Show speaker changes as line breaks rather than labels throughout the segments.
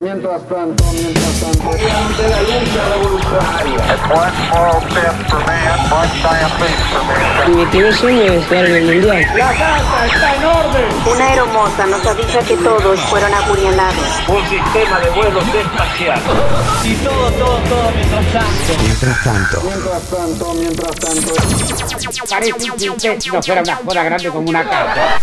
Mientras tanto, mientras tanto, ante la lucha revolucionaria.
Mi primer sueño es jugar en el mundial.
La casa está en orden.
Una aeromoza nos avisa que todos fueron apuñalados.
Un sistema de vuelos espacial.
Mientras tanto,
Mientras tanto, mientras tanto.
Parece que usted no fuera una joda grande como una casa.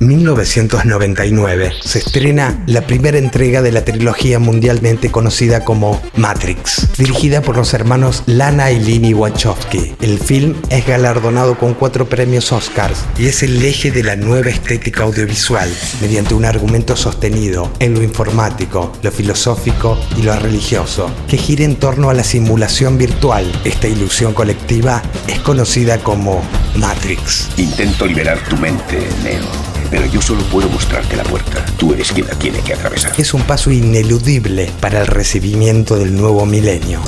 1999 se estrena la primera entrega de la trilogía mundialmente conocida como Matrix, dirigida por los hermanos Lana y Lini Wachowski. El film es galardonado con cuatro premios Oscars y es el eje de la nueva estética audiovisual, mediante un argumento sostenido en lo informático, lo filosófico y lo religioso, que gira en torno a la simulación virtual. Esta ilusión colectiva es conocida como Matrix.
Intento liberar tu mente, Neo. Pero yo solo puedo mostrarte la puerta. Tú eres quien la tiene que atravesar.
es un paso ineludible para el recibimiento del nuevo milenio.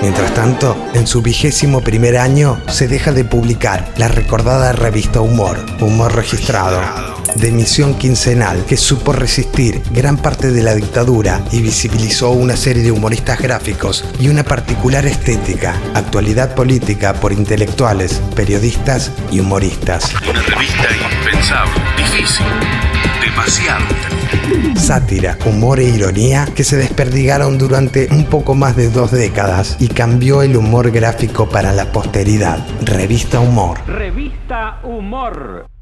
Mientras tanto, en su vigésimo primer año se deja de publicar la recordada revista Humor, Humor Registrado, de emisión quincenal que supo resistir gran parte de la dictadura y visibilizó una serie de humoristas gráficos y una particular estética, actualidad política por intelectuales, periodistas y humoristas.
Una revista impensable, difícil, demasiado.
Sátira, humor e ironía que se desperdigaron durante un poco más de dos décadas y cambió el humor gráfico para la posteridad. Revista Humor.
Revista Humor.